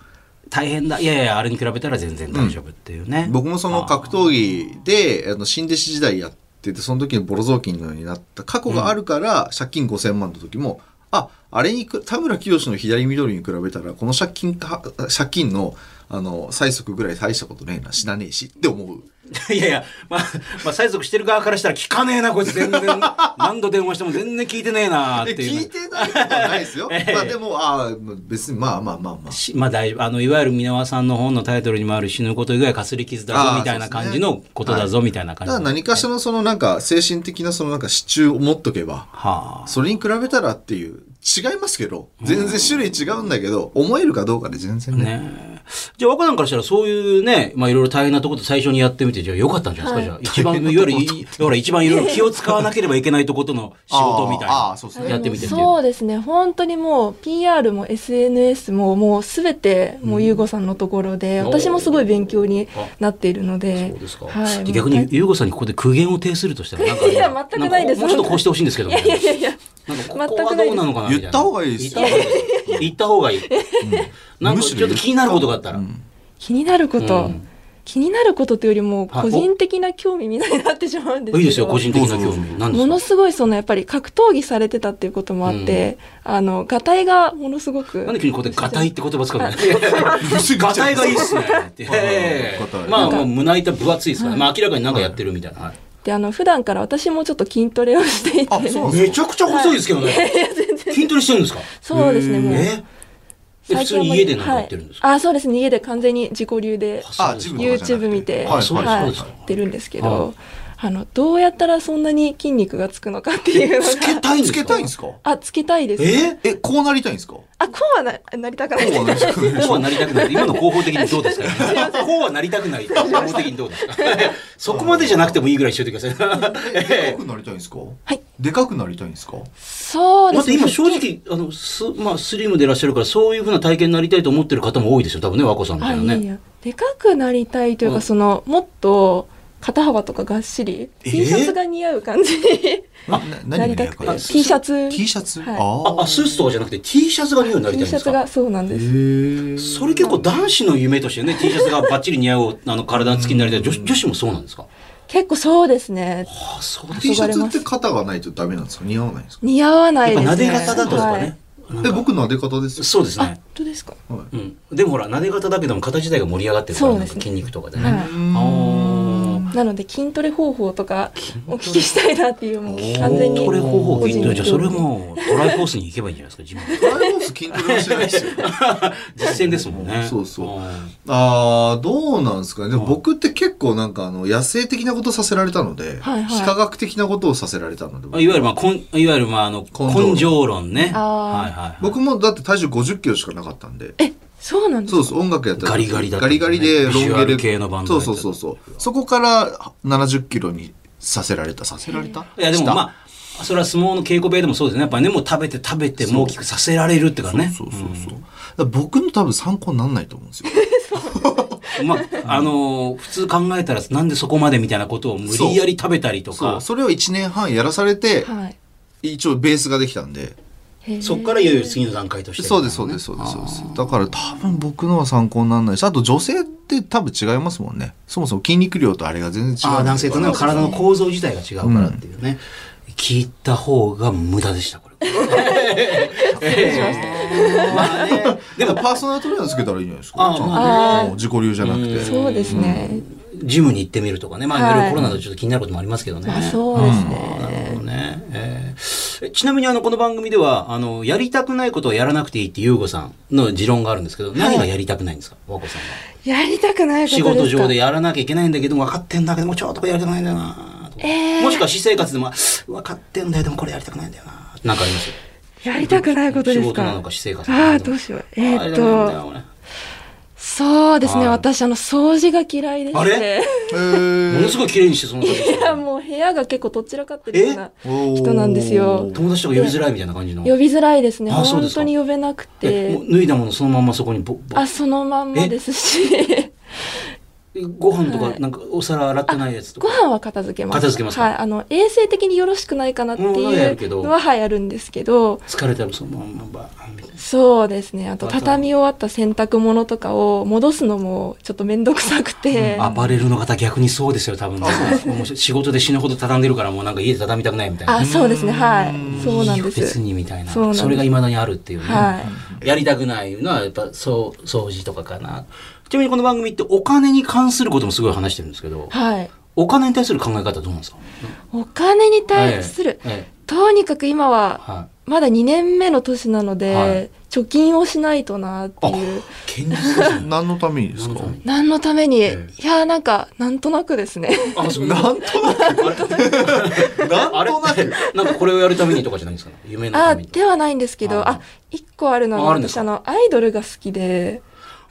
[SPEAKER 1] 大変だいやいやあれに比べたら全然大丈夫っていうね、
[SPEAKER 2] 僕もその格闘技であの新弟子時代やっててその時にボロ雑巾のようになった過去があるから、借金5,000万の時もああれにく田村清の左緑に比べたらこの借金か借金のあの催促ぐらい大したことねえな死なねえしって思う。
[SPEAKER 1] いやいや、まあ、まあ、催促してる側からしたら聞かねえな、こいつ全然。何度電話しても全然聞いてねえな、って
[SPEAKER 2] で
[SPEAKER 1] いう
[SPEAKER 2] 聞
[SPEAKER 1] ね、
[SPEAKER 2] いてないことはないで すよ。
[SPEAKER 1] ええ
[SPEAKER 2] まあでもああ別にまあまあまあまあ。
[SPEAKER 1] しまあ大丈夫。あの、いわゆる皆川さんの本のタイトルにもある死ぬこと以外かすり傷だ
[SPEAKER 2] あ
[SPEAKER 1] ぞ、
[SPEAKER 2] ー
[SPEAKER 1] みたいな
[SPEAKER 2] そうですね
[SPEAKER 1] 感じのことだぞ、みたいな
[SPEAKER 2] た
[SPEAKER 1] 感じ。
[SPEAKER 2] だ何かしらのそのなんか精神的なそのなんか支柱を持っとけば
[SPEAKER 1] はあ。
[SPEAKER 2] それに比べたらっていう違いますけど全然種類違うんだけど思えるかどうかで全然ね
[SPEAKER 1] ねえじゃあ、若さんからしたら、そういうね、まあ、いろいろ大変なところと最初にやってみて、じゃあ、よかったんじゃないですか、じゃあ、一番、いわゆるい、ほら、一番いろいろ気を使わなければいけないとことの仕事みたい
[SPEAKER 2] あああ
[SPEAKER 1] な
[SPEAKER 2] あそうです。ね
[SPEAKER 1] やってみてっていう。
[SPEAKER 3] そうですね本当にもう PR も SNS ももうすべてもう優吾さんのところで、
[SPEAKER 1] うん
[SPEAKER 3] 私もすごい勉強になっているので
[SPEAKER 1] そうですか。
[SPEAKER 3] はい、
[SPEAKER 1] 逆に、ゆうごさんにここで苦言を呈するとしたら、なんか、
[SPEAKER 3] いや全くないです
[SPEAKER 1] んかもうちょっとこうしてほしいんですけど、
[SPEAKER 3] い
[SPEAKER 1] みた
[SPEAKER 3] や
[SPEAKER 1] い
[SPEAKER 3] い
[SPEAKER 1] な
[SPEAKER 3] やいやいや
[SPEAKER 1] なんかここ
[SPEAKER 3] 全く
[SPEAKER 1] は
[SPEAKER 3] な
[SPEAKER 1] どう
[SPEAKER 3] いです
[SPEAKER 1] なのかなみたいな
[SPEAKER 2] 言った方がいいですよ
[SPEAKER 1] 言った方がいい。言った方がいい。なんか
[SPEAKER 2] むしろ
[SPEAKER 1] ちょっと気になることがあったら。
[SPEAKER 3] 気になること、
[SPEAKER 1] うん
[SPEAKER 3] 気になることというよりも
[SPEAKER 1] はい
[SPEAKER 3] 個人的な興味みたいになってしまうんですけど
[SPEAKER 1] いいですよ、個人的な興
[SPEAKER 2] どうぞどう
[SPEAKER 1] 味。何
[SPEAKER 3] もの
[SPEAKER 1] です
[SPEAKER 3] すごいそのやっぱり格闘技されてたっていうこともあって、あのガタイがものすごく
[SPEAKER 1] かなんで急にここでガタイって言葉使うの
[SPEAKER 3] あ
[SPEAKER 1] ガタイがいいっすねって。え
[SPEAKER 2] ガタ
[SPEAKER 1] え
[SPEAKER 2] イ
[SPEAKER 1] まあ、もう胸板分厚いですからね。まあ、明らかになんかやってるみたいな。はい
[SPEAKER 3] であの普段から私もちょっと筋トレをしていて
[SPEAKER 2] あそう
[SPEAKER 1] めちゃくちゃ細いですけど ね。筋トレしてるんですか
[SPEAKER 3] そうですねもう
[SPEAKER 1] ええ普通に家でなんかやってるんですか
[SPEAKER 3] はい、あそうですね家で完全に自己流で
[SPEAKER 2] あジムとかじゃな
[SPEAKER 3] YouTube
[SPEAKER 2] くて
[SPEAKER 3] 見て、
[SPEAKER 2] はい
[SPEAKER 1] そう
[SPEAKER 2] はい
[SPEAKER 1] です
[SPEAKER 3] は
[SPEAKER 1] そう
[SPEAKER 3] い、
[SPEAKER 1] です
[SPEAKER 3] やってるんですけど、
[SPEAKER 1] は
[SPEAKER 3] あのどうやったらそんなに筋肉がつくのかっていうの
[SPEAKER 1] つけ
[SPEAKER 3] が
[SPEAKER 1] たいんです
[SPEAKER 2] つ
[SPEAKER 1] か
[SPEAKER 2] けたいんですか
[SPEAKER 3] あつけたいです
[SPEAKER 1] え
[SPEAKER 2] えこうなりたい んですかこ
[SPEAKER 3] あこうはななりたくないです
[SPEAKER 2] うなりたくない
[SPEAKER 1] こうはなりたくない。今の方法的にどう ですか。こうはなりたくない。方法的にどうですか。 そこまでじゃなくてもいいぐらいにしといてください。
[SPEAKER 2] えでかくなりたいんですか
[SPEAKER 3] はい
[SPEAKER 2] でかくなりたいんですか
[SPEAKER 3] そうで
[SPEAKER 1] だっ
[SPEAKER 3] す
[SPEAKER 1] て
[SPEAKER 3] ね
[SPEAKER 1] 今正直あのスまあスリムでいらっしゃるからそういうふうな体験になりたいと思ってる方も多いですよ。多分ね和子さんみ
[SPEAKER 3] あ
[SPEAKER 1] たい
[SPEAKER 3] い
[SPEAKER 1] な
[SPEAKER 3] や
[SPEAKER 1] ね。
[SPEAKER 3] いやでかくなりたいというか、
[SPEAKER 1] うん
[SPEAKER 3] そのもっと肩幅とかがっしり
[SPEAKER 1] え
[SPEAKER 3] T シャツが似合う感じに
[SPEAKER 2] な
[SPEAKER 3] な
[SPEAKER 2] 何
[SPEAKER 3] り
[SPEAKER 2] が
[SPEAKER 3] た
[SPEAKER 2] や
[SPEAKER 3] く
[SPEAKER 2] か
[SPEAKER 3] て
[SPEAKER 2] ら
[SPEAKER 3] T シャツ
[SPEAKER 2] T シャツ、
[SPEAKER 3] はい
[SPEAKER 1] ああスーツとかじゃなくて T シャツが似合うようになりた
[SPEAKER 3] T
[SPEAKER 1] いんで
[SPEAKER 3] シャ
[SPEAKER 1] す
[SPEAKER 3] ツ
[SPEAKER 1] か
[SPEAKER 3] が。そうなんです、
[SPEAKER 2] へえ
[SPEAKER 1] それ結構男子の夢としてね T シャツがバッチリ似合う あの体つきになりたい女子女子もそうなんですか。
[SPEAKER 3] 結構そうですね
[SPEAKER 1] あそうです。
[SPEAKER 2] T シャツって肩がないとダメなんですか似合わないんですか
[SPEAKER 3] 似合わな
[SPEAKER 1] や
[SPEAKER 3] い
[SPEAKER 1] っ
[SPEAKER 3] です
[SPEAKER 1] ぱ
[SPEAKER 3] ね
[SPEAKER 1] 撫で方だとかね。
[SPEAKER 2] え僕の出方ですよ
[SPEAKER 1] そうです
[SPEAKER 3] はい、あ
[SPEAKER 1] ね
[SPEAKER 3] 本。当ですか
[SPEAKER 2] はい
[SPEAKER 1] うん、でもほら撫で方だけでも肩自体が盛り上がってるから、
[SPEAKER 3] そう
[SPEAKER 1] な
[SPEAKER 3] で
[SPEAKER 1] んか
[SPEAKER 3] すね
[SPEAKER 1] 筋肉とかでね、
[SPEAKER 3] は
[SPEAKER 1] ああ
[SPEAKER 3] い、なので筋トレ方法とかお聞きしたいなっていうもう完全に
[SPEAKER 1] これ方法筋トレじゃあそれ
[SPEAKER 3] 個人の
[SPEAKER 1] もうトライコースに行けばいいんじゃないですか 自分
[SPEAKER 2] ライオンス筋トレはしてないですよ。
[SPEAKER 1] 実践ですもんね
[SPEAKER 2] そうそう
[SPEAKER 1] あ
[SPEAKER 2] ああ、どうなんですかね。でも
[SPEAKER 1] うん
[SPEAKER 2] 僕って結構なんかあの、野生的なことさせられたので、
[SPEAKER 3] はいはい
[SPEAKER 2] 非科学的なことをさせられたので、
[SPEAKER 1] ーいわゆるまあこんいわゆるまああの
[SPEAKER 2] 根性論
[SPEAKER 1] 根性論ね
[SPEAKER 3] あー
[SPEAKER 1] はいはいはい
[SPEAKER 2] 僕もだって体重50キロしかなかったんで、
[SPEAKER 3] えそうなんです
[SPEAKER 2] そう
[SPEAKER 3] か
[SPEAKER 2] そう、音楽やった
[SPEAKER 1] ガリガリだった
[SPEAKER 2] ガリガリで、ロ
[SPEAKER 1] ビジュ
[SPEAKER 2] ン
[SPEAKER 1] ア
[SPEAKER 2] 毛
[SPEAKER 1] ル
[SPEAKER 2] で。
[SPEAKER 1] 系のバンド
[SPEAKER 2] そう
[SPEAKER 1] だった
[SPEAKER 2] そうそうそう。そこから70キロにさせられた。させられた
[SPEAKER 1] いやでもまあそれは相撲の稽古部屋でもそうですねやっぱねもう食べて食べてもう大きくさせられるってからね
[SPEAKER 2] そうそうそうそう。だから僕の多分参考にならないと思う んですよ。
[SPEAKER 1] うんまああのー普通考えたらなんでそこまでみたいなことを無理やり食べたりと
[SPEAKER 2] そ
[SPEAKER 1] か
[SPEAKER 2] う。それを1年半やらされて、
[SPEAKER 3] はい
[SPEAKER 2] 一応ベースができたんで。
[SPEAKER 3] へー
[SPEAKER 1] そこからいよいよ次の段階として
[SPEAKER 2] そうです、そうです、そうです、そうです。だから多分僕のは参考にならないし、あと女性って多分違いますもんね。そもそも筋肉量とあれが全然違う
[SPEAKER 1] ああ男性とね
[SPEAKER 2] だから
[SPEAKER 1] 体の構造自体が違うからっていうね、聞いた方が無駄でしたこれ まあね
[SPEAKER 2] でもパーソナルトレーナーつけたらいいんじゃないですか。
[SPEAKER 1] あー
[SPEAKER 2] ちゃんと
[SPEAKER 3] まあね
[SPEAKER 2] うん自己流じゃなくて。
[SPEAKER 3] そうですね、
[SPEAKER 1] ジムに行ってみるとかねまあいろい
[SPEAKER 3] は
[SPEAKER 1] ろ
[SPEAKER 3] い
[SPEAKER 1] コロナでちょっと気になることもありますけどね、
[SPEAKER 3] まあそうですね、
[SPEAKER 1] なるほどね。えーえちなみにあのこの番組ではあのやりたくないことをやらなくていいってゆうごさんの持論があるんですけど、何がやりたくないんですか、和子さんは。
[SPEAKER 3] やりたくないことです
[SPEAKER 1] 仕
[SPEAKER 3] か
[SPEAKER 1] 事上でやらなきゃいけないんだけど分かってんだけどもうちょっとこれやりたくないんだよなとか、
[SPEAKER 3] えー
[SPEAKER 1] もしくは私生活でもあ分かってんだよでもこれやりたくないんだよななんかあります
[SPEAKER 3] やりたくないことですか
[SPEAKER 1] 仕事なのか私生活なのか
[SPEAKER 3] ああどうしようえ
[SPEAKER 1] あ
[SPEAKER 3] ー
[SPEAKER 1] れ
[SPEAKER 3] っ
[SPEAKER 1] だけなんだよ
[SPEAKER 3] と
[SPEAKER 1] 俺
[SPEAKER 3] そうですね
[SPEAKER 1] はい
[SPEAKER 3] 私あの掃除が嫌いでして
[SPEAKER 1] あれ
[SPEAKER 2] へ
[SPEAKER 1] もの
[SPEAKER 2] ー
[SPEAKER 1] すごい綺麗にしてその時
[SPEAKER 3] いやもう部屋が結構どちらかってるような人なんですよ
[SPEAKER 1] 友達とか呼びづらいみたいな感じの
[SPEAKER 3] 呼びづらいですね
[SPEAKER 1] あそうで
[SPEAKER 3] 本
[SPEAKER 1] すか
[SPEAKER 3] 当に呼べなく
[SPEAKER 1] え
[SPEAKER 3] て
[SPEAKER 1] もう脱いだものそのまんまそこにぼぼ
[SPEAKER 3] あそのまんまですし
[SPEAKER 1] ご飯と
[SPEAKER 3] は
[SPEAKER 1] か
[SPEAKER 3] い
[SPEAKER 1] なんかお皿洗ってないやつとか
[SPEAKER 3] ご飯は片付けます
[SPEAKER 1] 片付けますか
[SPEAKER 3] はいあの衛生的によろしくないかなって
[SPEAKER 1] もうはやる
[SPEAKER 3] い
[SPEAKER 1] け
[SPEAKER 3] う
[SPEAKER 1] ど
[SPEAKER 3] のははやるんですけど
[SPEAKER 1] 疲れたらそのまんまバーンみたいな
[SPEAKER 3] そうですねあと
[SPEAKER 1] わかる
[SPEAKER 3] 畳終わった洗濯物とかを戻すのもちょっと面倒くさくて
[SPEAKER 1] アパレルの方逆にそうですよ多分ねもう仕事で死ぬほど畳んでるからもうなんか家で畳みたくないみたいな
[SPEAKER 3] あそうですねはいそうなんで
[SPEAKER 1] いいよ別
[SPEAKER 3] す
[SPEAKER 1] にみたいな
[SPEAKER 3] そう
[SPEAKER 1] そ
[SPEAKER 3] なんです
[SPEAKER 1] れがいまだにあるっていうね、
[SPEAKER 3] はい
[SPEAKER 1] やりたくないのはやっぱそう掃除とかかなちなみにこの番組ってお金に関することもすごい話してるんですけど
[SPEAKER 3] はい
[SPEAKER 1] お金に対する考え方どうなんですか
[SPEAKER 3] お金に対する、
[SPEAKER 1] えええ
[SPEAKER 3] とにかく今
[SPEAKER 1] え
[SPEAKER 3] は
[SPEAKER 1] はい
[SPEAKER 3] まだ2年目の年なので、
[SPEAKER 1] はい
[SPEAKER 3] 貯金をしないとなっていう
[SPEAKER 1] 堅実ですね
[SPEAKER 2] 何のためにですか
[SPEAKER 1] 何のために
[SPEAKER 3] 何のため
[SPEAKER 1] え
[SPEAKER 3] に、いやーなんかなんとなくです ね
[SPEAKER 1] あそう
[SPEAKER 2] なんとなく。
[SPEAKER 1] あ
[SPEAKER 2] な
[SPEAKER 1] れ
[SPEAKER 2] んとなく。
[SPEAKER 1] なんかこれをやるためにとかじゃないんですか夢のた
[SPEAKER 3] あ
[SPEAKER 1] めに
[SPEAKER 3] ではないんですけど、
[SPEAKER 1] はい
[SPEAKER 3] あ一個あるの
[SPEAKER 1] あ
[SPEAKER 3] は
[SPEAKER 1] あるんです
[SPEAKER 3] 私
[SPEAKER 1] か
[SPEAKER 3] あのアイドルが好きで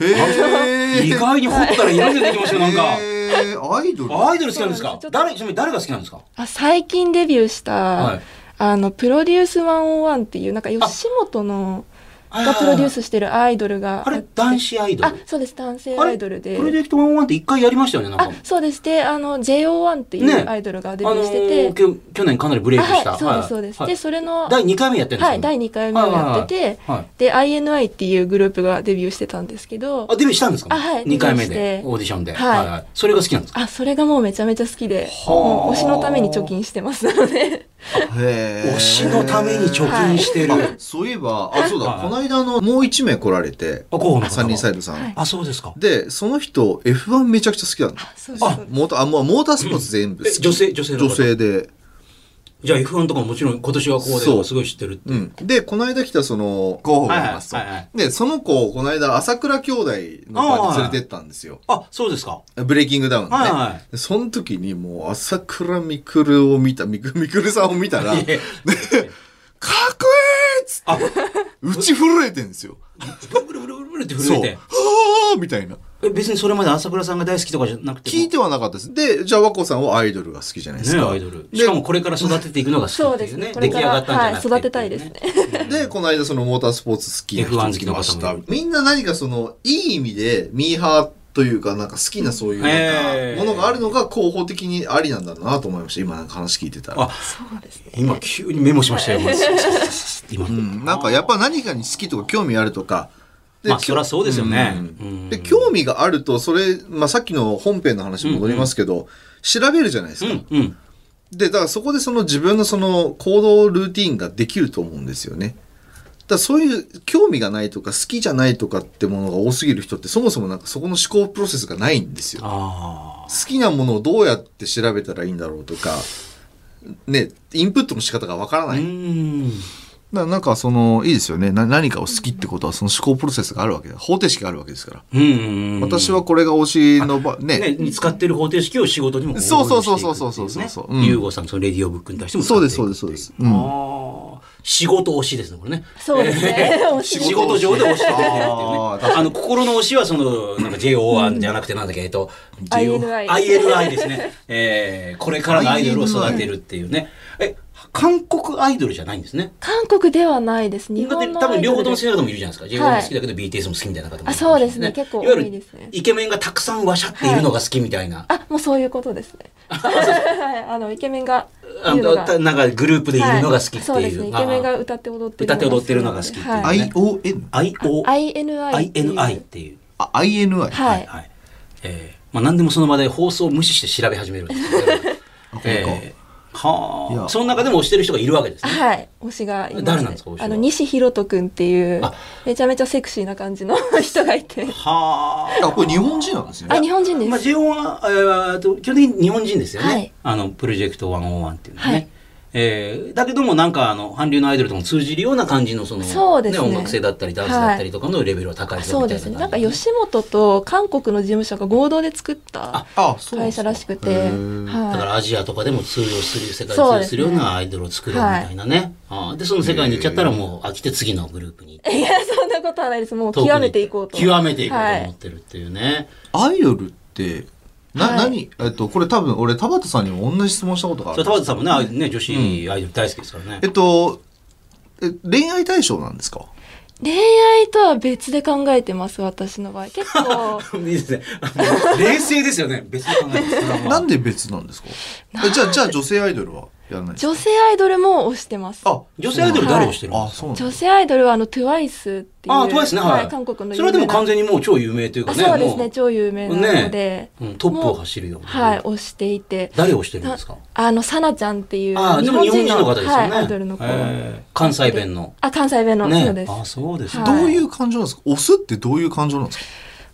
[SPEAKER 2] へー
[SPEAKER 1] 意外に掘ったら色々出てきましたよなんか
[SPEAKER 2] へーアイドル。
[SPEAKER 1] アイドル好きなんですか
[SPEAKER 3] そうなん
[SPEAKER 1] 誰ちなみに誰が好きなんですか
[SPEAKER 3] あ最近デビューした、
[SPEAKER 1] はい
[SPEAKER 3] あのプロデュース101っていうなんか吉本のがプロデュースしてるアイドルが
[SPEAKER 1] あれ男子アイド
[SPEAKER 3] あ
[SPEAKER 1] ル
[SPEAKER 3] そうです男性
[SPEAKER 1] あれ
[SPEAKER 3] アイドルで
[SPEAKER 1] プロジェクトワンワンって一回やりましたよねなんか
[SPEAKER 3] あそうですであの JO1 ってい
[SPEAKER 1] ね
[SPEAKER 3] うアイドルがデビ
[SPEAKER 1] あ
[SPEAKER 3] ュ
[SPEAKER 1] の
[SPEAKER 3] ーしてて、
[SPEAKER 1] ーきょ去年かなりブレイクした
[SPEAKER 3] あはいそうですそうです、
[SPEAKER 1] はい
[SPEAKER 3] でそれの
[SPEAKER 1] 第2回目やってるんです
[SPEAKER 3] はい第2回目をやってて、
[SPEAKER 1] はいはい
[SPEAKER 3] で INI っていうグループがデビューしてたんですけど
[SPEAKER 1] あデビューしたんですか
[SPEAKER 3] あはい
[SPEAKER 1] 2回目で
[SPEAKER 3] デビューして
[SPEAKER 1] オーディションで
[SPEAKER 3] はい
[SPEAKER 1] いそれが好きなんですか
[SPEAKER 3] あそれがもうめちゃめちゃ好きで
[SPEAKER 1] はあ
[SPEAKER 3] もう推しのために貯金し てますので
[SPEAKER 2] へー
[SPEAKER 1] 推しのために貯金してる
[SPEAKER 2] あそういえば、あ、そうだ、
[SPEAKER 1] はい
[SPEAKER 2] この間あの、もう一名来られて、
[SPEAKER 1] あ候補の
[SPEAKER 2] サ
[SPEAKER 1] 方
[SPEAKER 2] ンリーサイ
[SPEAKER 1] が
[SPEAKER 2] ドさん。
[SPEAKER 3] はい
[SPEAKER 1] あそうですか
[SPEAKER 2] で、その人、F1 めちゃくちゃ好きなんだ。
[SPEAKER 3] そうですそうです
[SPEAKER 2] モーター、あ、もうモータースポーツ全部好
[SPEAKER 1] え
[SPEAKER 2] き。
[SPEAKER 1] 女性女性の方
[SPEAKER 2] 女性で。
[SPEAKER 1] じゃあ F1 とかももちろん今年はこう
[SPEAKER 2] そ
[SPEAKER 1] で
[SPEAKER 2] う
[SPEAKER 1] すごい知ってる
[SPEAKER 2] うん。で、この間来たその、候補がいますと
[SPEAKER 1] はいはいはい。
[SPEAKER 2] で、その子をこの間、朝倉兄弟の場に連れてったんですよ。
[SPEAKER 1] あそうですか
[SPEAKER 2] ブレイキングダウンの
[SPEAKER 1] はい
[SPEAKER 2] ね
[SPEAKER 1] は。
[SPEAKER 2] でその時にもう、朝倉みくるを見た、みくみ くるさんを見たら、かっこいい
[SPEAKER 1] え
[SPEAKER 2] っつって、
[SPEAKER 1] あ
[SPEAKER 2] 打ち震えてんですよ。
[SPEAKER 1] ブルブルブルブルって震
[SPEAKER 2] そ
[SPEAKER 1] え
[SPEAKER 2] う。
[SPEAKER 1] て
[SPEAKER 2] はぁーみたいな。
[SPEAKER 1] え別にそれまで朝倉さんが大好きとかじゃなくても
[SPEAKER 2] 聞いてはなかったです。で、じゃあ、和子さんはアイドルが好きじゃないです
[SPEAKER 1] ね
[SPEAKER 2] か。
[SPEAKER 1] アイドル
[SPEAKER 2] で
[SPEAKER 1] しかもこれから育てていくのが
[SPEAKER 3] そ
[SPEAKER 1] 好
[SPEAKER 3] う
[SPEAKER 1] きっ
[SPEAKER 3] で
[SPEAKER 1] てい
[SPEAKER 3] す
[SPEAKER 1] う
[SPEAKER 3] ね
[SPEAKER 1] ね
[SPEAKER 3] こ
[SPEAKER 1] 出
[SPEAKER 3] れ
[SPEAKER 1] 来
[SPEAKER 3] か
[SPEAKER 1] 上
[SPEAKER 3] ら
[SPEAKER 1] がったんじゃな
[SPEAKER 3] は
[SPEAKER 1] く
[SPEAKER 3] い
[SPEAKER 1] て
[SPEAKER 3] 育てたいですね
[SPEAKER 2] で、この間そのモータースポーツ好きな
[SPEAKER 1] F1
[SPEAKER 2] 人来まし
[SPEAKER 1] 好きの
[SPEAKER 2] た
[SPEAKER 1] 方も。
[SPEAKER 2] みんな何かその、いい意味でミーハーというか、なんか好きなそういうなん
[SPEAKER 1] えー
[SPEAKER 2] か、ものがあるのが候補的にありなんだろうなと思いました。今なんか話聞いてたら。
[SPEAKER 1] あ
[SPEAKER 3] そうですね
[SPEAKER 1] 今急にメモしま したよ、まず今、
[SPEAKER 2] うん、なんかやっぱ何かに好きとか興味あるとか。
[SPEAKER 1] まあそりゃそうですよね
[SPEAKER 2] うん
[SPEAKER 1] うん
[SPEAKER 2] で、興味があると、それ、まあさっきの本編の話に戻りますけど、調べるじゃないです
[SPEAKER 1] う
[SPEAKER 2] か。
[SPEAKER 1] んうん
[SPEAKER 2] で、だからそこでその自分のその行動ルーティンができると思うんですよね。だからそういう興味がないとか好きじゃないとかってものが多すぎる人ってそもそもなんかそこの思考プロセスがないんですよ。
[SPEAKER 1] あ
[SPEAKER 2] 好きなものをどうやって調べたらいいんだろうとか、ね、インプットの仕方がわから
[SPEAKER 1] あ。
[SPEAKER 2] な
[SPEAKER 1] う
[SPEAKER 2] い。
[SPEAKER 1] ん。
[SPEAKER 2] ななんかそのいいですよねな何かを好きってことはその思考プロセスがあるわけだ方程式があるわけですから、
[SPEAKER 1] うん。
[SPEAKER 2] 私はこれが推しの場ね
[SPEAKER 1] ね、使ってる方程式を仕事にも応用していくっていね。
[SPEAKER 2] そうそうそうそうそうそううん
[SPEAKER 1] ユーゴさん、そのレディオブックに対しても使
[SPEAKER 2] そ
[SPEAKER 1] っ
[SPEAKER 2] う
[SPEAKER 1] てい
[SPEAKER 2] で
[SPEAKER 1] く
[SPEAKER 2] す
[SPEAKER 1] ってい
[SPEAKER 2] そううですそうです、う
[SPEAKER 1] あ
[SPEAKER 2] ん、
[SPEAKER 1] ー仕事推しですね、これね。
[SPEAKER 3] そうですね。面白い
[SPEAKER 1] 仕事上で推してくれてるっていうね。
[SPEAKER 2] あー確か
[SPEAKER 1] あの、心の推しは、その、なんか JO1 じゃなくて、なんだっけ、えっと、JO
[SPEAKER 3] INI
[SPEAKER 1] INI ですね。えー、これからのアイドルを育てるっていうね。え、韓国アイドルじゃないんですね。
[SPEAKER 3] 韓国ではないです。日
[SPEAKER 1] だって
[SPEAKER 3] 本の
[SPEAKER 1] 多分両方とも好
[SPEAKER 3] です
[SPEAKER 1] きな方もいるじゃないですか。
[SPEAKER 3] は
[SPEAKER 1] JO1
[SPEAKER 3] い
[SPEAKER 1] も好きだけど BTS も好きみたいな方もいる
[SPEAKER 3] あそうですね結構
[SPEAKER 1] いわゆ
[SPEAKER 3] 多いですね
[SPEAKER 1] るイケメンがたくさんわしゃっているのが好きみたいな。
[SPEAKER 3] あ、もうそういうことですね。はい、あのイケメンが
[SPEAKER 1] あ
[SPEAKER 3] いるの
[SPEAKER 1] の
[SPEAKER 3] が
[SPEAKER 1] たなんかグループでいるのが好きって
[SPEAKER 3] はそうで
[SPEAKER 1] い
[SPEAKER 3] すね。
[SPEAKER 1] う。
[SPEAKER 3] イケメン
[SPEAKER 1] あ
[SPEAKER 3] が
[SPEAKER 1] ー
[SPEAKER 3] 歌って踊ってるのが好き
[SPEAKER 1] 歌って踊ってるのが好きっていう
[SPEAKER 3] はい
[SPEAKER 2] ION?
[SPEAKER 1] IO、
[SPEAKER 3] INI っていう
[SPEAKER 1] INI っていう。
[SPEAKER 2] あ INI?
[SPEAKER 3] はい
[SPEAKER 1] はい。えー、まあ何でもその場で放送を無視して調べ始めるん ですけど。
[SPEAKER 2] あこれか、
[SPEAKER 1] えー、はいあ。
[SPEAKER 2] や
[SPEAKER 1] その中でも推してる人がいるわけですね。
[SPEAKER 3] はい、推しがいます、
[SPEAKER 1] 誰なんですか推しは
[SPEAKER 3] あの西ひろとくんっていう
[SPEAKER 1] あ
[SPEAKER 3] めちゃめちゃセクシーな感じの人がいて、
[SPEAKER 1] はあ。
[SPEAKER 2] あこれ日本人なんですね
[SPEAKER 3] あ、日本人です。
[SPEAKER 1] まあ、ジェオは、えー、と基本的に日本人ですよね、
[SPEAKER 3] はい
[SPEAKER 1] あのプロジェクト101っていうのはね、
[SPEAKER 3] はい
[SPEAKER 1] えーだけどもなんかあの韓流のアイドルとも通じるような感じのその
[SPEAKER 3] そうですね
[SPEAKER 1] 音楽性だったりダンスだったりとかのレベルは高いぞ
[SPEAKER 3] そう
[SPEAKER 1] みたい
[SPEAKER 3] で
[SPEAKER 1] な
[SPEAKER 3] す
[SPEAKER 1] 感じ
[SPEAKER 3] ね。なんか吉本と韓国の事務所が合同で作った
[SPEAKER 2] あそうなんで
[SPEAKER 3] 会
[SPEAKER 2] すか
[SPEAKER 3] 社らしくて、
[SPEAKER 2] へ
[SPEAKER 3] はい
[SPEAKER 2] ー。
[SPEAKER 1] だからアジアとかでも通用する世界
[SPEAKER 3] そう
[SPEAKER 1] に通用
[SPEAKER 3] ですね
[SPEAKER 1] するようなアイドルを作ろうみたいなねああでその世界に行っちゃったらもう飽きて次のグループに
[SPEAKER 3] いや、そんなことはないです。もう極めていこうと。
[SPEAKER 1] 極めていこうと
[SPEAKER 3] は
[SPEAKER 1] 思ってるっていうね、
[SPEAKER 2] アイドルってな、
[SPEAKER 3] はい
[SPEAKER 2] 何えっとこれ多分俺田畑さんにも同じ質問したことがあ
[SPEAKER 1] そう
[SPEAKER 2] る
[SPEAKER 1] 田畑さんもねああいうね女子アイドル大好きですからね、
[SPEAKER 2] えっとえ恋愛対象なんですか
[SPEAKER 3] 恋愛とは別で考えてます、私の場合。結 構、
[SPEAKER 1] いいですね。あの冷静ですよね。別に考えても
[SPEAKER 2] なんで別なんですかえじゃあじゃあ女性アイドルはやらないんですか
[SPEAKER 3] 女性アイドルも推してます。
[SPEAKER 2] あ
[SPEAKER 1] 女性アイドル誰をしてるん
[SPEAKER 2] あ
[SPEAKER 1] ですか
[SPEAKER 2] そうなんだ
[SPEAKER 3] 女性アイドルはあの TWICE っていう。
[SPEAKER 1] ああ、トワイスね。はい。
[SPEAKER 3] 韓国の
[SPEAKER 1] それはでも完
[SPEAKER 3] 全
[SPEAKER 1] 全にもう超有名というか
[SPEAKER 3] あ
[SPEAKER 1] ね。
[SPEAKER 3] そうですね、
[SPEAKER 1] も
[SPEAKER 3] 超有名なので。
[SPEAKER 1] ううんトップを走るような。
[SPEAKER 3] はい、推していて。
[SPEAKER 1] 誰をしてるんですか
[SPEAKER 3] あの、サナちゃんっていう。
[SPEAKER 1] ああ、でも日本人の方ですよね。
[SPEAKER 3] はい、アイドルの子。
[SPEAKER 1] へえ関西弁の。
[SPEAKER 3] あ、関西弁の、そう
[SPEAKER 1] ね
[SPEAKER 3] で。す。
[SPEAKER 1] あ、そうです
[SPEAKER 3] は
[SPEAKER 1] ね。
[SPEAKER 3] い
[SPEAKER 2] どういう感情なんですか押すってどういう感情なんですか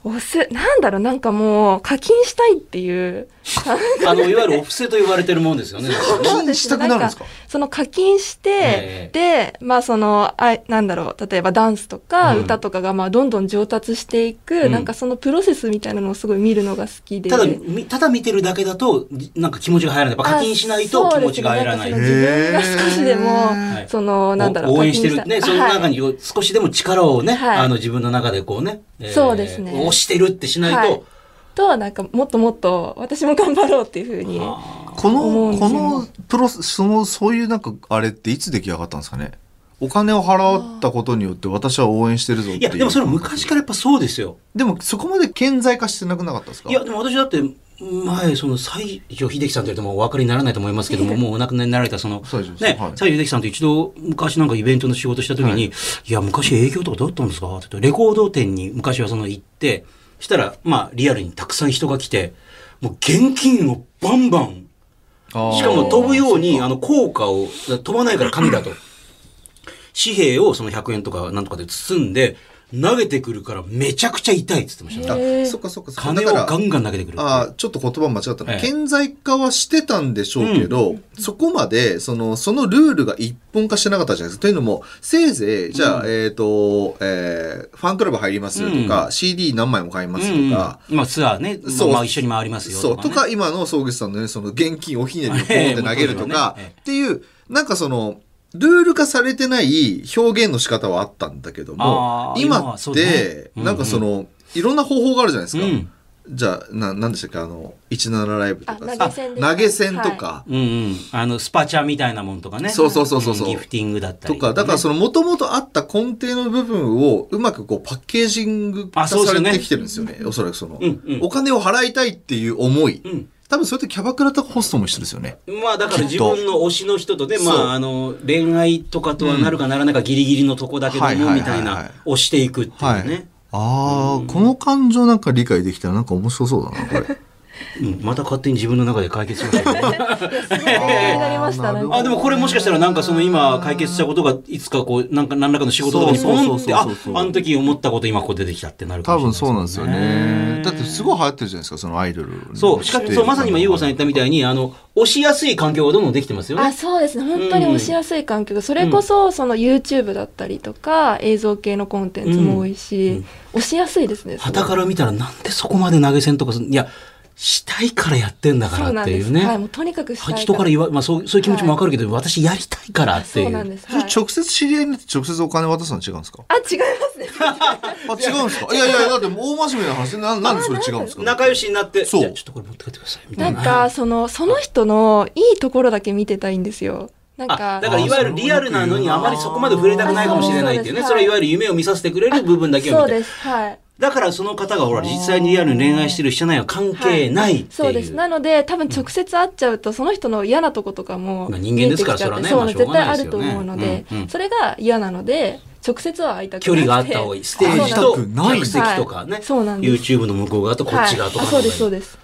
[SPEAKER 3] 推す、なんだろう、なんかもう、課金したいっていう。
[SPEAKER 1] あの、いわゆるオフセと言われてるもんですよね。
[SPEAKER 2] 課金したくなるんですか
[SPEAKER 3] その課金して
[SPEAKER 1] え、
[SPEAKER 3] で、まあその、あいなんだろう、例えばダンスとか
[SPEAKER 1] うん
[SPEAKER 3] 歌とかがまあどんどん上達していく、
[SPEAKER 1] うん
[SPEAKER 3] なんかそのプロセスみたいなのをすごい見るのが好きで。
[SPEAKER 1] ただ、みただ見てるだけだと、じなんか気持ちが入らない。やっぱ課金しないと
[SPEAKER 3] あ
[SPEAKER 1] 気持ちが入らな
[SPEAKER 3] そう
[SPEAKER 1] い。
[SPEAKER 3] ですねなんかその自分が少しでも、
[SPEAKER 2] へ
[SPEAKER 1] ー
[SPEAKER 3] その、なんだろう、
[SPEAKER 1] 応援してる
[SPEAKER 3] 課金
[SPEAKER 1] ね、
[SPEAKER 3] た
[SPEAKER 1] その中に少しでも力をね、
[SPEAKER 3] はい
[SPEAKER 1] あの自分の中でこうね、えー
[SPEAKER 3] そうですね
[SPEAKER 1] 押してるってしない
[SPEAKER 3] は
[SPEAKER 1] と、
[SPEAKER 3] いとなんかもっともっと私も頑張ろうっていうふうに
[SPEAKER 1] あ
[SPEAKER 2] こ
[SPEAKER 3] 思う
[SPEAKER 2] の、
[SPEAKER 3] んですよ
[SPEAKER 2] このプロセス、その、そういうなんか、あれっていつ出来上がったんですかねお金を払ったことによって私は応援してるぞっ
[SPEAKER 1] ー
[SPEAKER 2] ていう。
[SPEAKER 1] いや、でもそれは昔からやっぱそうですよ。
[SPEAKER 2] でもそこまで顕在化してなくなかったですか
[SPEAKER 1] いや、でも私だって、前、その西城秀樹さんというともうお分かりにならないと思いますけども、もうお亡くなりになられた、その、
[SPEAKER 2] そうです
[SPEAKER 1] ね、
[SPEAKER 2] はい
[SPEAKER 1] 西城秀樹さんと一度、昔なんかイベントの仕事した時に、
[SPEAKER 2] はい
[SPEAKER 1] い、や、昔営業とかどうだったんですかって言ってレコード店に昔はその行って、したら、まあ、リアルにたくさん人が来て、もう現金をバンバン、
[SPEAKER 2] あー
[SPEAKER 1] しかも飛ぶように、あの、効果を、飛ばないから紙だと。紙幣をその100円とかなんとかで包んで、投げてくるからめちゃくちゃ痛いって言ってましたね。
[SPEAKER 2] あ
[SPEAKER 3] へー
[SPEAKER 2] そっかそっかそっか。
[SPEAKER 1] 金を
[SPEAKER 2] だか
[SPEAKER 1] ガ
[SPEAKER 2] ら
[SPEAKER 1] ンガン投げてくる。
[SPEAKER 2] あーちょっと言葉間違ったな、
[SPEAKER 1] ええ
[SPEAKER 2] 顕在化はしてたんでしょうけど、そこまでそのそのルールが一本化してなかったじゃないですか。というのもせいぜいじゃあ、えっ、と、えーファンクラブ入りますとか、CD 何枚も買いますと
[SPEAKER 1] うん
[SPEAKER 2] か、
[SPEAKER 1] まあツアーね、まあ
[SPEAKER 2] そう
[SPEAKER 1] まあ一緒に回りますよ
[SPEAKER 2] そうと
[SPEAKER 1] ね
[SPEAKER 2] か今の総口さんのねその現金おひねりをポンって投げるとか、
[SPEAKER 1] ええ
[SPEAKER 2] っていうなんかそのルール化されてない表現の仕方はあったんだけども
[SPEAKER 1] あー今
[SPEAKER 2] 今
[SPEAKER 1] は
[SPEAKER 2] っ
[SPEAKER 1] そうだね
[SPEAKER 2] て
[SPEAKER 1] うんうん
[SPEAKER 2] なんかそのいろんな方法があるじゃないですか。
[SPEAKER 1] うん
[SPEAKER 2] じゃあななんでしたっけあの17ライブとかさ
[SPEAKER 3] あ投げ銭です
[SPEAKER 2] あ投げ銭とか、
[SPEAKER 1] うんうん。あの、スパチャみたいなもんとかね。
[SPEAKER 2] そうそうそうそうそうん
[SPEAKER 1] ギフティングだった
[SPEAKER 2] と
[SPEAKER 1] り。
[SPEAKER 2] かだからそのもともとあった根底の部分をうまくこうパッケージング化
[SPEAKER 1] あそうです
[SPEAKER 2] さ
[SPEAKER 1] よ
[SPEAKER 2] れ
[SPEAKER 1] ね
[SPEAKER 2] てきてるんですよねおそらくその、
[SPEAKER 1] うんうん
[SPEAKER 2] お金を払いたいっていう思い、
[SPEAKER 1] うん
[SPEAKER 2] 多分それってキャバクラとかホストも一緒ですよね
[SPEAKER 1] まあだから自分の推しの人とで、
[SPEAKER 2] そう
[SPEAKER 1] まああの、恋愛とかとはなるかならないかギリギリのとこだけど
[SPEAKER 2] はいはい
[SPEAKER 1] も、
[SPEAKER 2] はいはい
[SPEAKER 1] みたいな、推していくっていうね。
[SPEAKER 2] ああ、この感情なんか理解できたらなんか面白そうだな、これ。
[SPEAKER 1] うんまた勝手に自分の中で解決しましたけど
[SPEAKER 3] 気になりました
[SPEAKER 2] あーなるほど
[SPEAKER 1] あでもこれもしかしたらなんかその今解決したことがいつかこうなんか何らかの仕事とかにポンってああ
[SPEAKER 2] そうそうそうそう
[SPEAKER 1] の時思ったこと今こう出てきたってなるか
[SPEAKER 2] 多
[SPEAKER 1] も
[SPEAKER 2] 分
[SPEAKER 1] しれ
[SPEAKER 2] そう
[SPEAKER 1] な
[SPEAKER 2] ないん
[SPEAKER 1] で
[SPEAKER 2] ですす
[SPEAKER 1] よ
[SPEAKER 2] よ
[SPEAKER 1] ね。
[SPEAKER 2] ね。だってすごい流行ってるじゃないですか、そのアイドルの。
[SPEAKER 1] そうしかもそうまさに今優吾さん言ったみたいにあの押しやすい環境がどんどんできてますよ
[SPEAKER 3] あ
[SPEAKER 1] ね。
[SPEAKER 3] そうですね本当に押しやすい環境でそれこそその YouTube だったりとか映像系のコンテンツも多いし、押しやすいですね
[SPEAKER 1] 傍から見たらなんでそこまで投げ銭とかするいやしたいからやってんだ
[SPEAKER 3] そ
[SPEAKER 1] か
[SPEAKER 3] う
[SPEAKER 1] ら
[SPEAKER 3] な
[SPEAKER 1] っ
[SPEAKER 3] ん
[SPEAKER 1] て
[SPEAKER 3] で
[SPEAKER 1] い
[SPEAKER 3] す、
[SPEAKER 1] うね。
[SPEAKER 3] はいもうとにかくしたい
[SPEAKER 1] 人から言わ、まあそう、そういう気持ちもわかるけど、私やりたいからっていう。
[SPEAKER 3] そうなんです、
[SPEAKER 2] それ
[SPEAKER 3] はい、あ
[SPEAKER 2] 直接知り合いになって直接お金渡すの違うんですか
[SPEAKER 3] 違いま すね
[SPEAKER 2] あ、違うんですかいやいや、だってもう大真面目な話で、ななんでそれ違うんですか
[SPEAKER 1] 仲良しになって、
[SPEAKER 2] そう
[SPEAKER 1] じゃあちょっとこれ持って帰ってください。みた
[SPEAKER 3] ないん
[SPEAKER 1] な。
[SPEAKER 3] かそのその人のいいところだけ見てたいんですよなん
[SPEAKER 1] あ
[SPEAKER 3] か
[SPEAKER 1] だからいわゆるリアルなのにあまりそこまで触れたくないかもしれないっていうね。
[SPEAKER 3] あ
[SPEAKER 1] そ
[SPEAKER 3] そう
[SPEAKER 1] れは
[SPEAKER 3] ですそうです
[SPEAKER 1] いわゆる夢を見させてくれる部分だけを
[SPEAKER 3] そう
[SPEAKER 1] 見て
[SPEAKER 3] で。すはい
[SPEAKER 1] だからその方がほら、実際にリアルに恋愛してるしてないは関係ないっていう。
[SPEAKER 3] そうです。なので、多分直接会っちゃうと、その人の嫌なとことかも
[SPEAKER 1] まあ人間ですから
[SPEAKER 3] 見えてき
[SPEAKER 1] そ
[SPEAKER 3] ちゃって
[SPEAKER 1] れはね
[SPEAKER 3] そう、
[SPEAKER 1] ま
[SPEAKER 3] 絶
[SPEAKER 1] あしょ
[SPEAKER 3] 対
[SPEAKER 1] うが
[SPEAKER 3] あ
[SPEAKER 1] ない
[SPEAKER 3] ると思うので
[SPEAKER 1] ですよねうんうん、
[SPEAKER 3] それが嫌なので、直接は会いたく
[SPEAKER 1] 距離があった方がいい。ステージと
[SPEAKER 2] 会いたくない
[SPEAKER 1] 客席とか
[SPEAKER 3] は
[SPEAKER 1] ね。
[SPEAKER 3] いそうなんです
[SPEAKER 1] YouTube の向こう側とこっち側とか
[SPEAKER 3] はい
[SPEAKER 1] の方が
[SPEAKER 3] あそう
[SPEAKER 1] い
[SPEAKER 3] で
[SPEAKER 1] い。
[SPEAKER 3] す、そうです。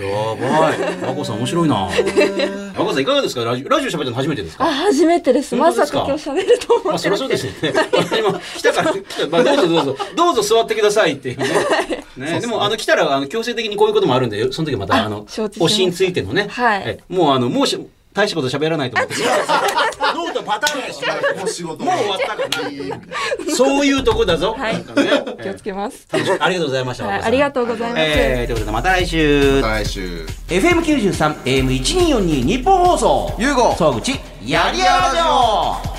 [SPEAKER 1] やばい。マコさん面 白いな。マコさんいかがですかラジオ、ラジオ喋ったの初めてですか
[SPEAKER 3] あ、初めてです。
[SPEAKER 1] 本
[SPEAKER 3] ま
[SPEAKER 1] 当で
[SPEAKER 3] さ
[SPEAKER 1] すか
[SPEAKER 3] か今日喋ると
[SPEAKER 1] ま
[SPEAKER 3] 思
[SPEAKER 1] あ、
[SPEAKER 3] っ
[SPEAKER 1] そ
[SPEAKER 3] て
[SPEAKER 1] りゃそうで
[SPEAKER 3] なくて。
[SPEAKER 1] すよ ね。今来たから、来た、まあ、どうぞどうぞ、どうぞ座ってくださいっていうね。ね、でも、あの、来たら、あの、強制的にこういうこともあるんで、その時また、
[SPEAKER 3] あ
[SPEAKER 1] あの、
[SPEAKER 3] 承知して
[SPEAKER 1] おしについてのね。
[SPEAKER 3] はい
[SPEAKER 1] えもう、あの、もうし、大したこと喋らないと思って。ノートパターンですよ。
[SPEAKER 2] もう仕事
[SPEAKER 1] もう終わ ったから。そういうとこだぞ。
[SPEAKER 3] はい
[SPEAKER 1] なんかね
[SPEAKER 3] 気をつけます。
[SPEAKER 1] 楽しみありがとうございました。
[SPEAKER 3] はい
[SPEAKER 1] 若林さん
[SPEAKER 3] ありがとうございます。
[SPEAKER 1] えーということで、また来週。
[SPEAKER 2] 来週。
[SPEAKER 1] FM93、AM1242、日本放送。
[SPEAKER 2] ゆうご
[SPEAKER 1] 総口、やりやろう